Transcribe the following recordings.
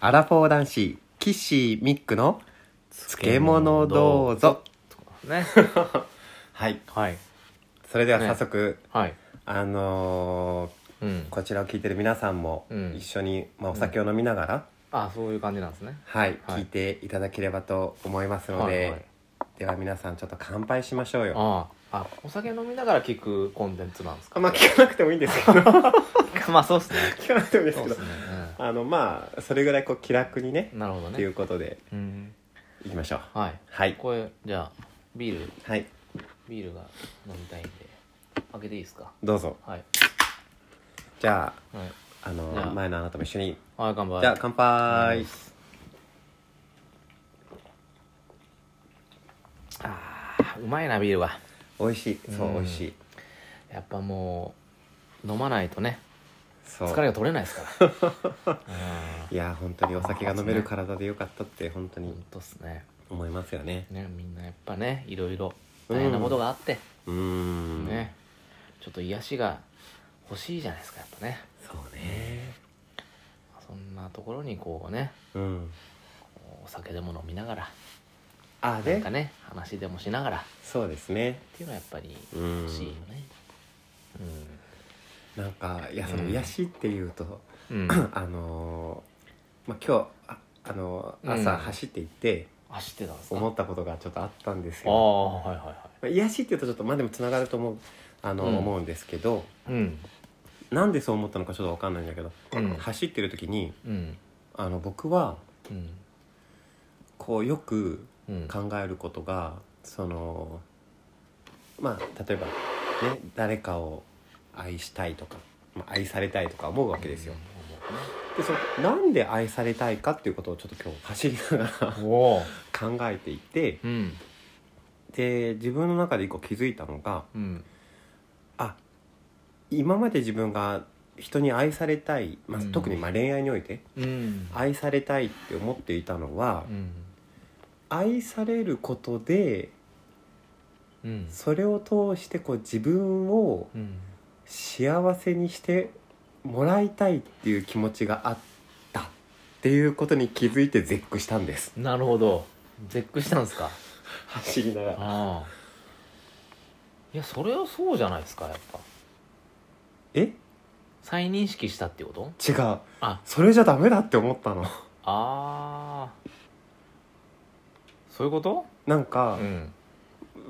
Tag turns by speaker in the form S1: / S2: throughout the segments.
S1: アラフォー男子キッシーミックの漬物どうぞ
S2: ね
S1: はい
S2: はい
S1: それでは早速、
S2: はい
S1: あの
S2: うん
S1: ーこちらを聞いてる皆さんも
S2: うん
S1: 一緒に、まあ、お酒を飲みながら、
S2: あそういう感じなんですね
S1: はい、
S2: はい
S1: 聞いていただければと思いますので、
S2: はいはい
S1: では皆さんちょっと乾杯しましょうよ
S2: あああお酒飲みながら聞くコンテンツなんです
S1: あ
S2: か
S1: まあ聞かなくてもいいんですけど
S2: まあそうですね
S1: 聞かなくてもいいです
S2: そう
S1: け
S2: で
S1: ど
S2: すね、
S1: あのまあそれぐらいこう気楽にね
S2: うん、なるほど
S1: ってい
S2: ね
S1: うことで
S2: うん
S1: いきましょう
S2: はい
S1: はい
S2: これじゃあビール
S1: はい
S2: ビールが飲みたいんで開けていいですか
S1: どうぞ
S2: はい
S1: じゃ
S2: はい
S1: ああの
S2: じゃあ
S1: 前のあなたも一緒に
S2: はい乾杯
S1: じゃあ乾杯
S2: あーうまいなビールは
S1: 美味しいそううん美味しい
S2: やっぱもう飲まないとね
S1: そう
S2: 疲れが取れないですから
S1: いや本当にお酒が飲める体でよかったって本当
S2: うん
S1: に
S2: 本当っすね
S1: 思いますよね
S2: ねみんなやっぱねいろいろ大変なことがあって、
S1: うーん
S2: ねちょっと癒しが欲しいじゃないですかやっぱね
S1: そうね
S2: そんなところにこうね
S1: うん
S2: お酒でも飲みながら
S1: あ
S2: なんか
S1: で
S2: ね話でもしながらっ
S1: そうですね
S2: ていうのはやっぱり
S1: うん
S2: 欲しいよね
S1: なんかいやそ
S2: うん
S1: の癒しっていうと
S2: うん、
S1: あのーまあ今日ああのー
S2: う
S1: 朝
S2: ん
S1: 走って行って
S2: あ知ってたんですか
S1: 思ったことがちょっとあったんです
S2: あ
S1: よ
S2: あはいはいは
S1: まあ癒しっていうとちょっとまあでもつながると思うあの
S2: うん
S1: 思うんですけど
S2: いうん
S1: なんでそう思ったのかちょっとわかんないんだけど
S2: うん
S1: 走ってる時に
S2: うん
S1: あの僕は
S2: うん
S1: こうよく
S2: うん
S1: 考えることがそのまあ例えばね誰かを愛したいとか、まあ、愛されたいとか思うわけですよ。でそのなんで愛されたいかっていうことをちょっと今日走りながら
S2: おお
S1: 考
S2: ー
S1: えていて
S2: うん
S1: で自分の中で一個気づいたのが
S2: うん
S1: あ今まで自分が人に愛されたい、まあ
S2: うん、
S1: 特にまあ恋愛において
S2: うん
S1: 愛されたいって思っていたのは
S2: うん
S1: 愛されることで
S2: うん
S1: それを通してこう自分を
S2: うん
S1: 幸せにしてもらいたいっていう気持ちがあったっていうことに気づいて絶句したんです
S2: なるほど絶句したんですか
S1: 走りながら
S2: ああいやそれはそうじゃないですかやっぱ
S1: え
S2: 再認識したっていうこと
S1: 違う
S2: あ
S1: それじゃダメだって思ったの
S2: あーそういうこと
S1: なんか、
S2: ん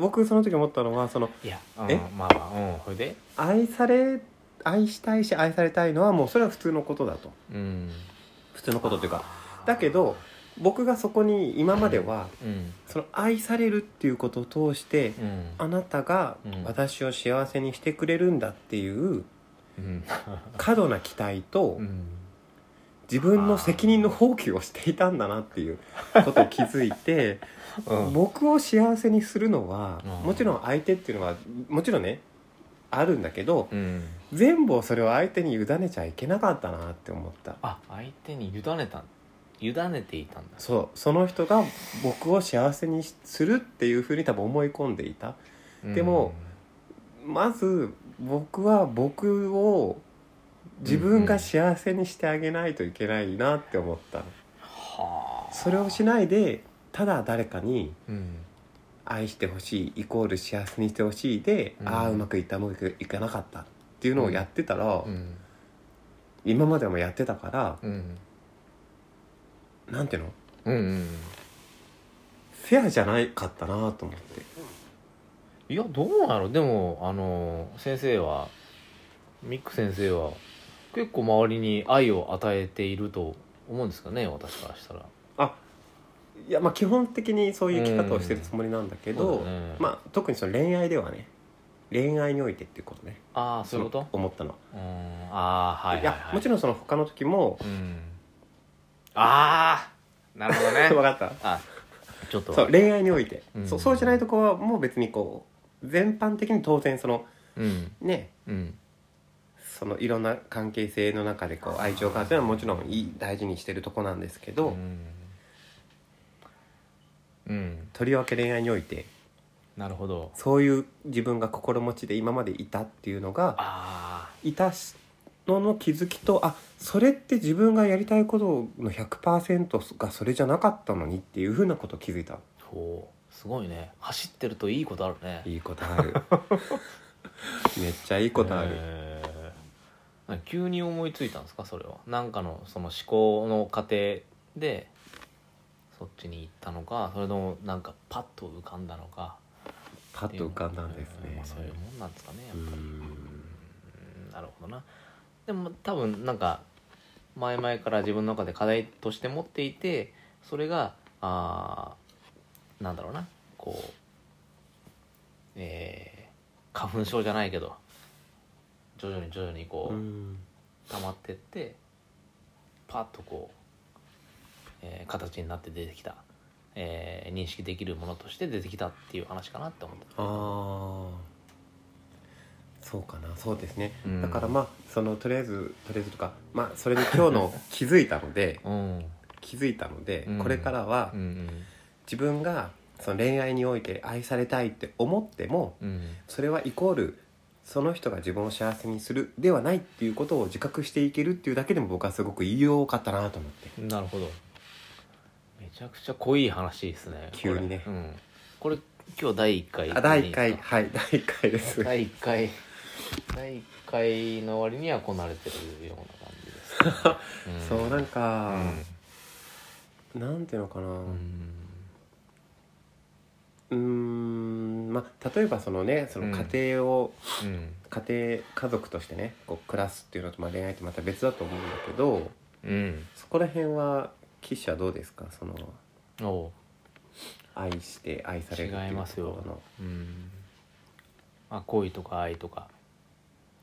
S1: 僕その時思ったのはその
S2: いや、うん、
S1: え
S2: まあまあうんそれで
S1: 愛され愛したいし愛されたいのはもうそれは普通のことだと
S2: うん
S1: 普通のことっていうかだけど僕がそこに今までは
S2: うん
S1: その愛されるっていうことを通して
S2: うん
S1: あなたが
S2: うん
S1: 私を幸せにしてくれるんだっていう
S2: うん
S1: 過度な期待と
S2: うん
S1: 自分の責任の放棄をしていたんだなって いうことを気づいて
S2: うん
S1: 僕を幸せにするのは
S2: うん
S1: もちろん相手っていうのはもちろんねあるんだけど
S2: うん
S1: 全部をそれを相手に委ねちゃいけなかったなって思った
S2: あ相手に委ねた委ねていたんだ
S1: そうその人が僕を幸せにするっていうふうに多分思い込んでいたでもまず僕は僕を自分が幸せにしてあげないといけないなって思った
S2: はあ
S1: それをしないでただ誰かに
S2: うん
S1: 愛してほしいイコール幸せにしてほしいで、
S2: うん
S1: ああうまくいったうまくいかなかったっていうのをやってたら、
S2: うん
S1: 今までもやってたから
S2: うん
S1: なんていうの
S2: うんうん
S1: フェアじゃないかったなと思って
S2: いやどうなのでもあの先生はミック先生は結構周りに愛を与えていると思うんですかね私からしたら
S1: あいやまあ基本的にそういう生き方をしてるつもりなんだけど、
S2: そうだね
S1: まあ特にその恋愛ではね恋愛においてっていうことね
S2: ああそういうこと
S1: その思ったのは
S2: うーんああ
S1: い
S2: はいはい
S1: や
S2: はい
S1: もちろんその他の時も
S2: うんああなるほ どね
S1: 分かった
S2: あちょっと
S1: そう恋愛において、
S2: うん
S1: そうそうじゃないとこはもう別にこう全般的に当然その
S2: うん
S1: ね
S2: うん
S1: そのいろんな関係性の中でこう愛情があるっていうのはもちろんいい大事にしてるとこなんですけど、
S2: うんうん
S1: とりわけ恋愛において
S2: なるほど
S1: そういう自分が心持ちで今までいたっていうのが
S2: ああ
S1: いたしのの気づきとあそれって自分がやりたいことの100%がそれじゃなかったのにっていうふうなこと気づいた
S2: ほうすごいね走ってるといいことあるね
S1: いいこと あるめっちゃいいことある、
S2: へーなんか急に思いついたんですかそれはなんかのその思考の過程でそっちに行ったのかそれともなんかパッと浮かんだのか
S1: パッと浮かんだんです
S2: う
S1: ね
S2: まあ、そういうもんなんですかねやっぱり
S1: うん
S2: うんなるほどなでも多分なんか前々から自分の中で課題として持っていてそれがあーなんだろうなこうえー花粉症じゃないけど徐々に徐々にこう、
S1: うん
S2: 溜まってってパッとこう、えー形になって出てきた、えー認識できるものとして出てきたっていう話かなって思った
S1: ああそうかなそうですね、
S2: うん
S1: だからまあそのとりあえずとりあえずとかまあそれに今日 の気づいたので
S2: うん
S1: 気づいたので、
S2: うん
S1: これからは
S2: うん
S1: 自分がその恋愛において愛されたいって思っても
S2: うんうん
S1: それはイコールその人が自分を幸せにするではないっていうことを自覚していけるっていうだけでも僕はすごく言いようかったなと思って
S2: なるほどめちゃくちゃ濃い話ですね
S1: 急にね
S2: これ,、うん、これ今日第1回
S1: あ第1
S2: い
S1: 回
S2: いですか
S1: はい第1回です
S2: 第1回第1回の割にはこなれてるような感じですね、
S1: そうなん
S2: う
S1: か、
S2: ん
S1: なんていうのかな、
S2: うん
S1: うーんまあ例えばそのねその家庭を、
S2: うん
S1: 家庭家族としてねこう暮らすっていうのと、まあ、恋愛ってまた別だと思うんだけど
S2: うん
S1: そこら辺は岸はどうですかその
S2: おう
S1: 愛して愛されるって
S2: 違い
S1: いう
S2: ます
S1: と
S2: よ
S1: ころの
S2: うんまあ恋とか愛とか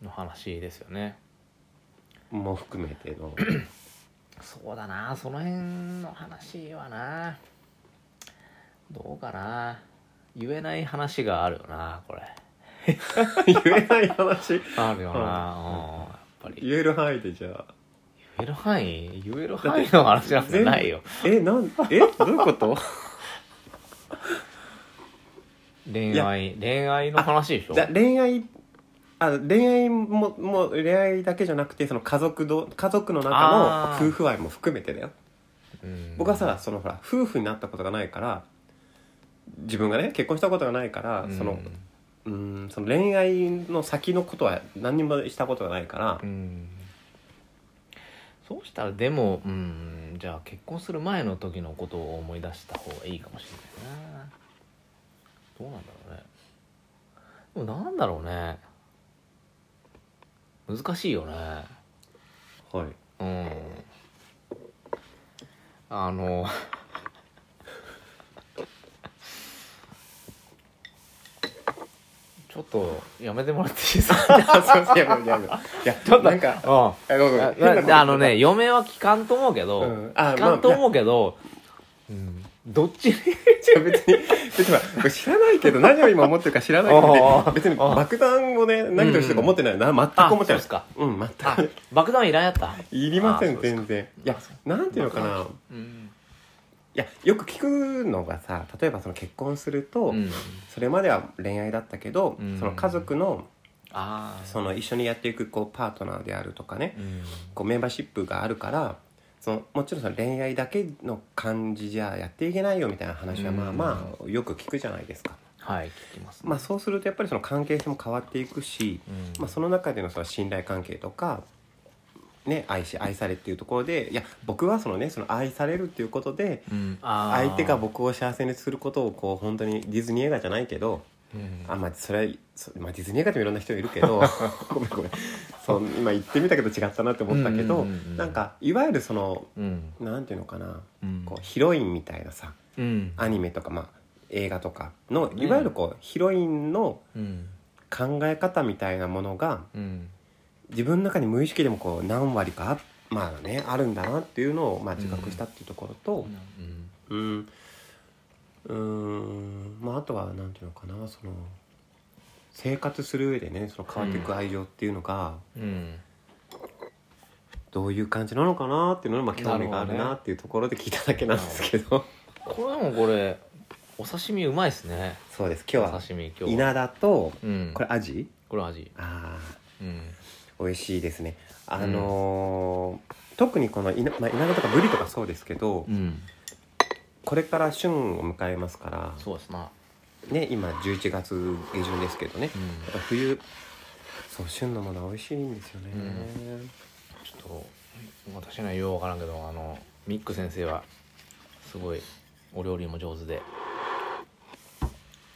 S2: の話ですよね
S1: も含めて の
S2: そうだなその辺の話はなどうかな言えない話があるよなこれ
S1: 言えない話
S2: あるよ
S1: う
S2: な、
S1: ん
S2: うんやっぱり
S1: 言える範囲でじゃあ
S2: 言える範囲言える範囲の話なんてないよ
S1: えなんえどういうこと
S2: 恋愛恋愛の話でしょ
S1: じゃあ恋愛あ恋愛ももう恋愛だけじゃなくてその家族ど家族の中
S2: あ
S1: の
S2: ー
S1: 夫婦愛も含めてだよ
S2: うん
S1: 僕はさそのほら夫婦になったことがないから自分がね結婚したことがないから、
S2: うん
S1: そのうーんその恋愛の先のことは何にもしたことがないから
S2: う、んそうしたらでもうんじゃあ結婚する前の時のことを思い出した方がいいかもしれないなどうなんだろうねでもなんだろうね難しいよね
S1: はい
S2: うんあの ちょっとやめてもらっていいで すか
S1: いやいやいやいやいやちょっとなんか
S2: うん
S1: あごめんごめん変なこと
S2: ああのね、嫁は聞かんと思うけど、
S1: うんあ
S2: 聞かんと思うけど、うんどっちに
S1: 違う別に別にほら知らないけど何を今思ってるか知らないけ
S2: お うお
S1: ど、
S2: う
S1: 別に爆弾をね何としてるか思ってないな全く思って
S2: そう
S1: な
S2: で
S1: い
S2: すか。
S1: うん全
S2: あ
S1: く
S2: 爆弾いらんやった。
S1: いりませ
S2: あ
S1: ん
S2: そうですか
S1: 全然いやなんていうのかな
S2: うん。
S1: いやよく聞くのがさ例えばその結婚すると、
S2: うん
S1: それまでは恋愛だったけど、
S2: うん
S1: その家族の
S2: ああ。
S1: その一緒にやっていくこうパートナーであるとかね
S2: うん。
S1: こうメンバーシップがあるからそのもちろんその恋愛だけの感じじゃやっていけないよみたいな話は
S2: うん
S1: まあまあよく聞くじゃないですか、
S2: はい、聞きます。
S1: まあ、そうするとやっぱりその関係性も変わっていくし、
S2: うん
S1: まあ、その中でのその信頼関係とか、ね、愛し愛されっていうところでいや僕はそのねその愛されるっていうことで
S2: うんあー
S1: 相手が僕を幸せにすることをこう本当にディズニー映画じゃないけど
S2: うん
S1: あまあそれはそまあ、ディズニー映画でもいろんな人いるけ どごめんごめんそう今言ってみたけど違ったなって思ったけど、
S2: うんうんうんうん
S1: なんかいわゆるその
S2: うん。
S1: なんていうのかな
S2: うん
S1: こうヒロインみたいなさ
S2: うん。
S1: アニメとか、まあ、映画とかの
S2: ね
S1: いわゆるこう、ヒロインの
S2: うん。
S1: 考え方みたいなものが
S2: うん。
S1: 自分の中に無意識でもこう何割かあ,、まあね、あるんだなっていうのを、まあ、自覚したっていうところと、
S2: うん
S1: うん、うーんまああとはなんていうのかなその生活する上でねその変わっていく愛情っていうのが
S2: うん。
S1: どういう感じなのかなっていうのに、まあ、興味があるなっていうところで聞いただけなんですけど
S2: これもこれ、お刺身うまいですね。
S1: そうです今日
S2: お
S1: は
S2: 刺身今日は。
S1: 稲田と
S2: うん。
S1: これアジ
S2: これ味。
S1: あ
S2: うん。
S1: 美味しいですねあのー特にこのいな、まあ、イナゴとかブリとかそうですけど、
S2: うん
S1: これから旬を迎えますから
S2: そうですな
S1: ね今11月下旬ですけどね、
S2: う
S1: や
S2: ん
S1: っぱ冬そう旬のものは美味しいんですよね、
S2: ちょっと私にはようわからんけどあのミック先生はすごいお料理も上手で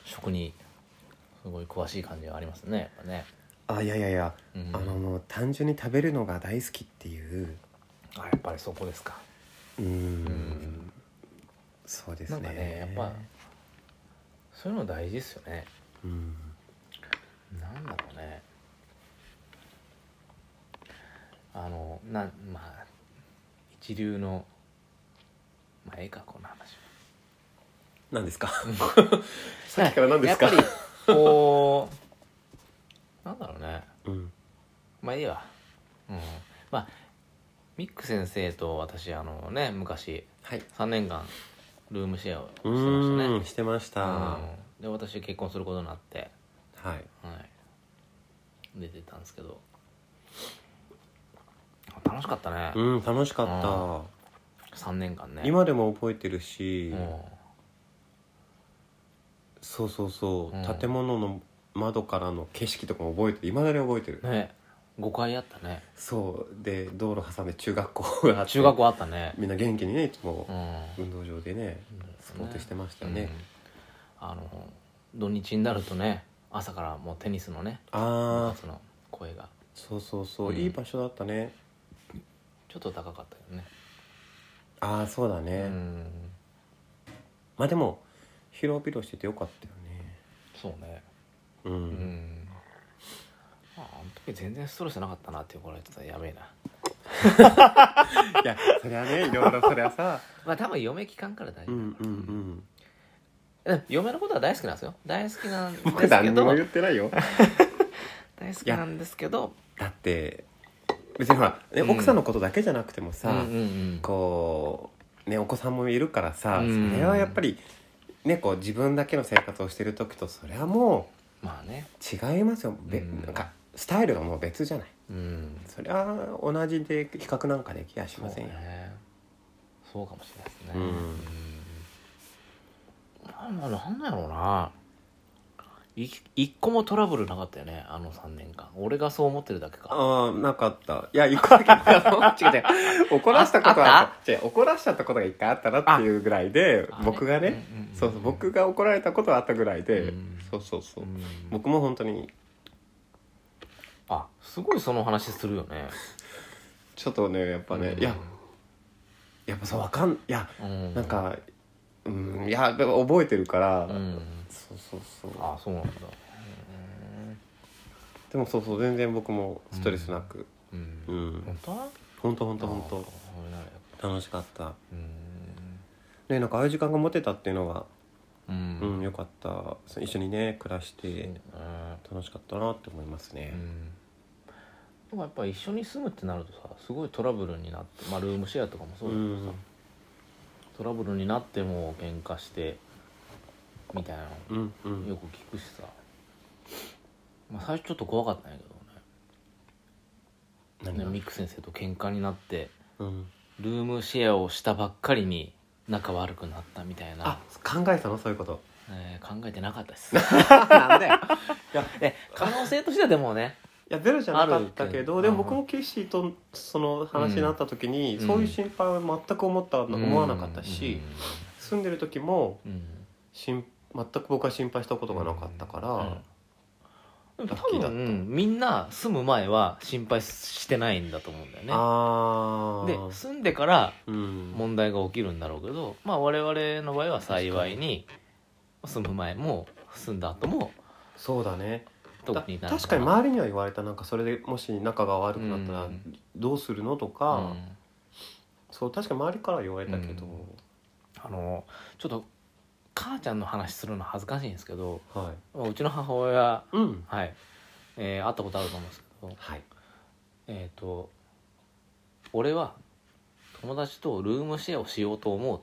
S2: 食にすごい詳しい感じがありますねやっぱね、
S1: あいやいやいや、
S2: うん、
S1: あのもう単純に食べるのが大好きっていう
S2: あやっぱりそこですか
S1: うん
S2: ん
S1: そうです
S2: な
S1: ね
S2: んかねやっぱそういうの大事ですよね
S1: うん
S2: なんだろうねあのなんまあ一流のまあええかこの話 は
S1: 何ですか さっきから何ですか
S2: やっぱりこうなんだろうね
S1: うん
S2: まあいいわうんまあミック先生と私あのね昔
S1: はい
S2: 3年間ルームシェアをして
S1: う
S2: ましたね
S1: ーんしてました、
S2: うんで私結婚することになって
S1: はい
S2: はい出てたんですけど楽しかったね、
S1: うん楽しかった、
S2: うん3年間ね
S1: 今でも覚えてるし、
S2: うん
S1: そうそうそう、
S2: うん
S1: 建物の窓からの景色とかも覚えてるいまだに覚えてる、
S2: ね5回あったね
S1: そうで道路挟んで中学校があって
S2: 中学校あったね
S1: みんな元気にねいつも
S2: うん、
S1: 運動場でねスポーツしてましたよね、
S2: うんあの土日になるとね朝からもうテニスのね部
S1: ああ
S2: 活の声が
S1: そうそうそう、
S2: うん
S1: いい場所だったね
S2: ちょっと高かったけどね
S1: ああそうだね、
S2: うん
S1: まあでも広々しててよかったよね
S2: そうね
S1: うん、
S2: うんまああの時全然ストレスなかったなっていうこれちょっとやべえない
S1: やそりゃねいろいろそりゃ さ
S2: まあ多分嫁期間から大
S1: う
S2: 丈
S1: ん
S2: 夫、
S1: うんうん
S2: うん嫁のことは大好きなんですよ大好きなんです
S1: 僕
S2: け
S1: 何に
S2: ど
S1: も言ってないよ
S2: 大好きなんですけど
S1: だって別にほら、ね
S2: うん
S1: 奥さんのことだけじゃなくてもさ、
S2: うんうんうん
S1: こうねお子さんもいるからさ、
S2: うん
S1: それはやっぱりねこう自分だけの生活をしてる時とそれはも
S2: まあね
S1: う違いますよ、べ
S2: うん
S1: なんかスタイルがもう別じゃない
S2: うん
S1: それは同じで比較なんかできやしませんよ、
S2: そうねそうかもしれないですね
S1: うん
S2: うんなんだなんだろうない一個もトラブルなかったよねあの3年間俺がそう思ってるだけか
S1: ああなかったいや一個だけ違う違 う怒らしたことは
S2: あ
S1: あった違う怒らしたことが一回あったなっていうぐらいで
S2: あ
S1: 僕がね、
S2: うんうんうん
S1: そうそう僕が怒られたことはあったぐらいで、
S2: うん
S1: そうそうそう、
S2: うん
S1: 僕も本当に
S2: あすごいその話するよね
S1: ちょっとねやっぱね、いややっぱそうわかんいや
S2: うん
S1: なんかうんいやでも覚えてるから、
S2: うん
S1: そうそうそう
S2: あそうなんだ
S1: でもそうそう全然僕もストレスなく
S2: うん
S1: うん、
S2: 本当
S1: ほんとほんとほんと
S2: あ俺ならやっ
S1: 楽しかった
S2: ぱうん
S1: ねなんかああいう時間が持てたっていうのは
S2: う
S1: うんんよかったそう一緒にね暮らし
S2: うん
S1: て楽しかったなって思いますね、
S2: でもやっぱ一緒に住むってなるとさすごいトラブルになってまあルームシェアとかもそううんだけどさ、トラブルになっても喧嘩してみたいな
S1: うんう
S2: のよ
S1: ん
S2: く聞くしさ、まあ、最初ちょっと怖かったんやけど
S1: 何
S2: ね
S1: が
S2: ねミック先生と喧嘩になって
S1: うん
S2: ルームシェアをしたばっかりに仲悪くなったみたいな
S1: あ、考えたのそういうこと
S2: えー考えてなかったで す
S1: なんだよいや
S2: で可能性としてはでもね
S1: いやゼロじゃなかったけ
S2: あ
S1: ど
S2: る
S1: でも僕もケッシーとその話になった時に、
S2: うん
S1: そういう心配は全く思った思わなかったし、住んでる時も
S2: うん、うん
S1: 心全く僕は心配したことがなかったから、
S2: うんでも
S1: ラッキ
S2: 多
S1: ーだった
S2: 分みんな住む前は心配してないんだと思うんだよね
S1: ああ
S2: で住んでから
S1: うん
S2: 問題が起きるんだろうけど、まあ、我々の場合は幸いに住む前も住んだ後も
S1: そうだねだ
S2: 特になん
S1: 確かに
S2: な
S1: 周りには言われたなんかそれでもし仲が悪くなった
S2: う
S1: ら
S2: ん
S1: どうするのとか、
S2: うん
S1: そう確かに周りからは言われたけど、
S2: あのちょっと母ちゃんの話するの恥ずかしいんですけど
S1: はいう
S2: ちの母親
S1: うん
S2: はい、えー会ったことあると思うんですけど
S1: はい
S2: えっ、と俺は友達とルームシェアをしようと思うっ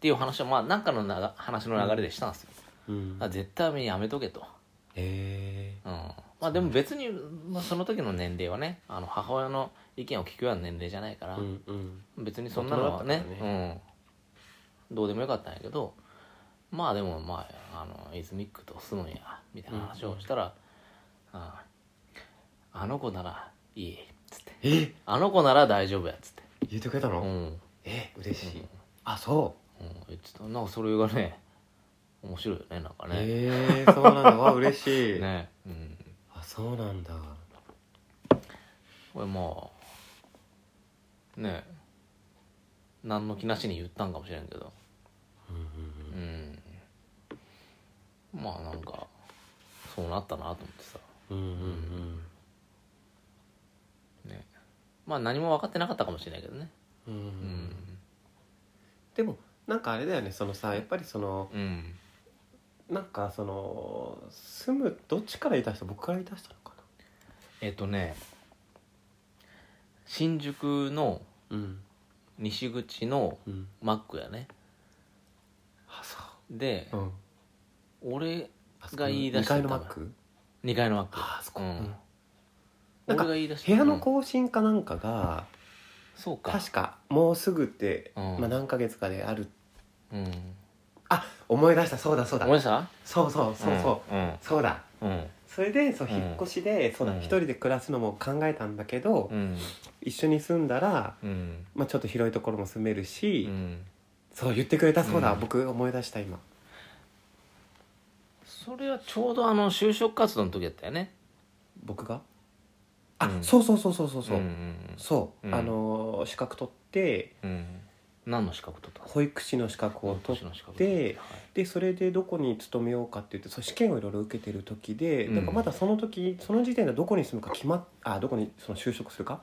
S2: ていう話をまあ何かのなが話の流れでしたんですよ、
S1: うん
S2: あ絶対にやめとけと、
S1: え
S2: うん、まあでも別に、まあ、その時の年齢はねあの母親の意見を聞くような年齢じゃないから、
S1: うんうん
S2: 別にそんなのはね
S1: 大人だった
S2: うん、どうでもよかったんやけどまあでもまああのイズミックと住むんやみたいな話をしたら「あああの子ならいい」つって
S1: え
S2: 「あの子なら大丈夫や」つって
S1: 言ってくれたの、
S2: うん
S1: え嬉しい、
S2: うん
S1: あそ
S2: うん言ってたなんかそれがね面白いよねなんか
S1: う、
S2: ね、
S1: えー、そうなんだわ嬉 しい、
S2: ねうん
S1: あそうなんだ
S2: これまあねえ何の気なしに言ったんかもしれんけど
S1: うんうんうん
S2: うんまあなんかそうなったなと思ってさ
S1: うんうん
S2: ねまあ何も分かってなかったかもしれないけどね
S1: うんうんう
S2: うんん
S1: でもなんかあれだよねそのさやっぱりその
S2: うん
S1: なんかその住むどっちから言い出した僕から言い出したのか
S2: えっとね新宿の
S1: なうん
S2: 西口の
S1: うん
S2: マックやね
S1: あそ
S2: で
S1: う、うん、
S2: 俺
S1: あそこ
S2: が言い出した
S1: 二階のマック
S2: 2階のマック
S1: ああそこ、
S2: う
S1: うんんなん
S2: 俺
S1: か
S2: が言い出した
S1: 部屋の
S2: うん
S1: 更新かなんかが、
S2: そうか
S1: 確かもうすぐって、
S2: うん
S1: まあ、何ヶ月かである
S2: うん
S1: あ思い出したそうだそうだ
S2: 思い出した
S1: そうそうそうそう、
S2: うん
S1: そうだ
S2: うん
S1: それでそう
S2: うん
S1: 引っ越しで、そうだ
S2: うん
S1: 一人で暮らすのも考えたんだけど、
S2: うん
S1: 一緒に住んだら、
S2: うん
S1: まあ、ちょっと広いところも住める
S2: う
S1: し、
S2: ん
S1: そう言ってくれたそうだ、
S2: うん
S1: 僕思い出した今
S2: それはちょうどあの就職活動の時やったよね
S1: 僕があ、
S2: うん
S1: そうそうそうそうそうそう、
S2: んん
S1: そう、
S2: うん
S1: あのー資格取って
S2: うんうん何の資格取った
S1: 保育士の資格を取っ
S2: の資格
S1: で
S2: はい
S1: でそれでどこに勤めようかって言ってそう試験をいろいろ受けてる時で、
S2: うん
S1: なんかまだその時その時点でどこに住むか決まっあどこにその就職するか、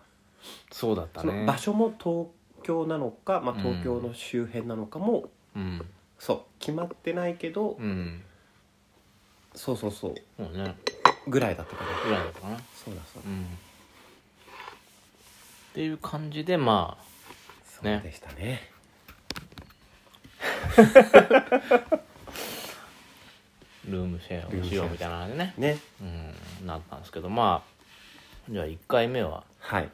S2: そうだった
S1: その
S2: ね
S1: 場所も東京なのか、まあ、東京の周辺なのかも、
S2: うん
S1: そう決まってないけど、
S2: うん
S1: そうそうそう
S2: もうね
S1: ぐらいだったかな
S2: ぐらいだったかな
S1: そうだそう
S2: う
S1: だ、
S2: んっていう感じでま
S1: そうでしたね
S2: あルームシェアをしようみたいな感じでね
S1: ね
S2: うんなったんですけどまあじゃあ1回目は
S1: はい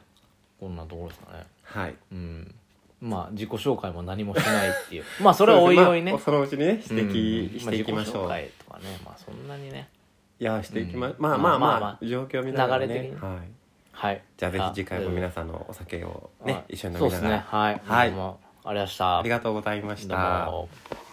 S2: こんなところですかね
S1: はい
S2: うんまあ自己紹介も何もしないっていう まあそれはおいおいね
S1: まあそのうちにね指
S2: うん
S1: 摘していきましょう、
S2: あ自己紹介とかねまあそんなにね
S1: いやしていきま、
S2: うん
S1: まあまあま
S2: ま
S1: あ、
S2: あまあ
S1: 状況見ながら
S2: 流れ
S1: ね
S2: 的に
S1: はい
S2: はい
S1: じゃあぜひ次回も
S2: あ
S1: 皆さんのお酒をね
S2: はい
S1: 一緒に飲みな
S2: そう
S1: が
S2: ですね
S1: ら
S2: はい、
S1: はい
S2: どうもありがとうございました
S1: ありがとうございました
S2: どうも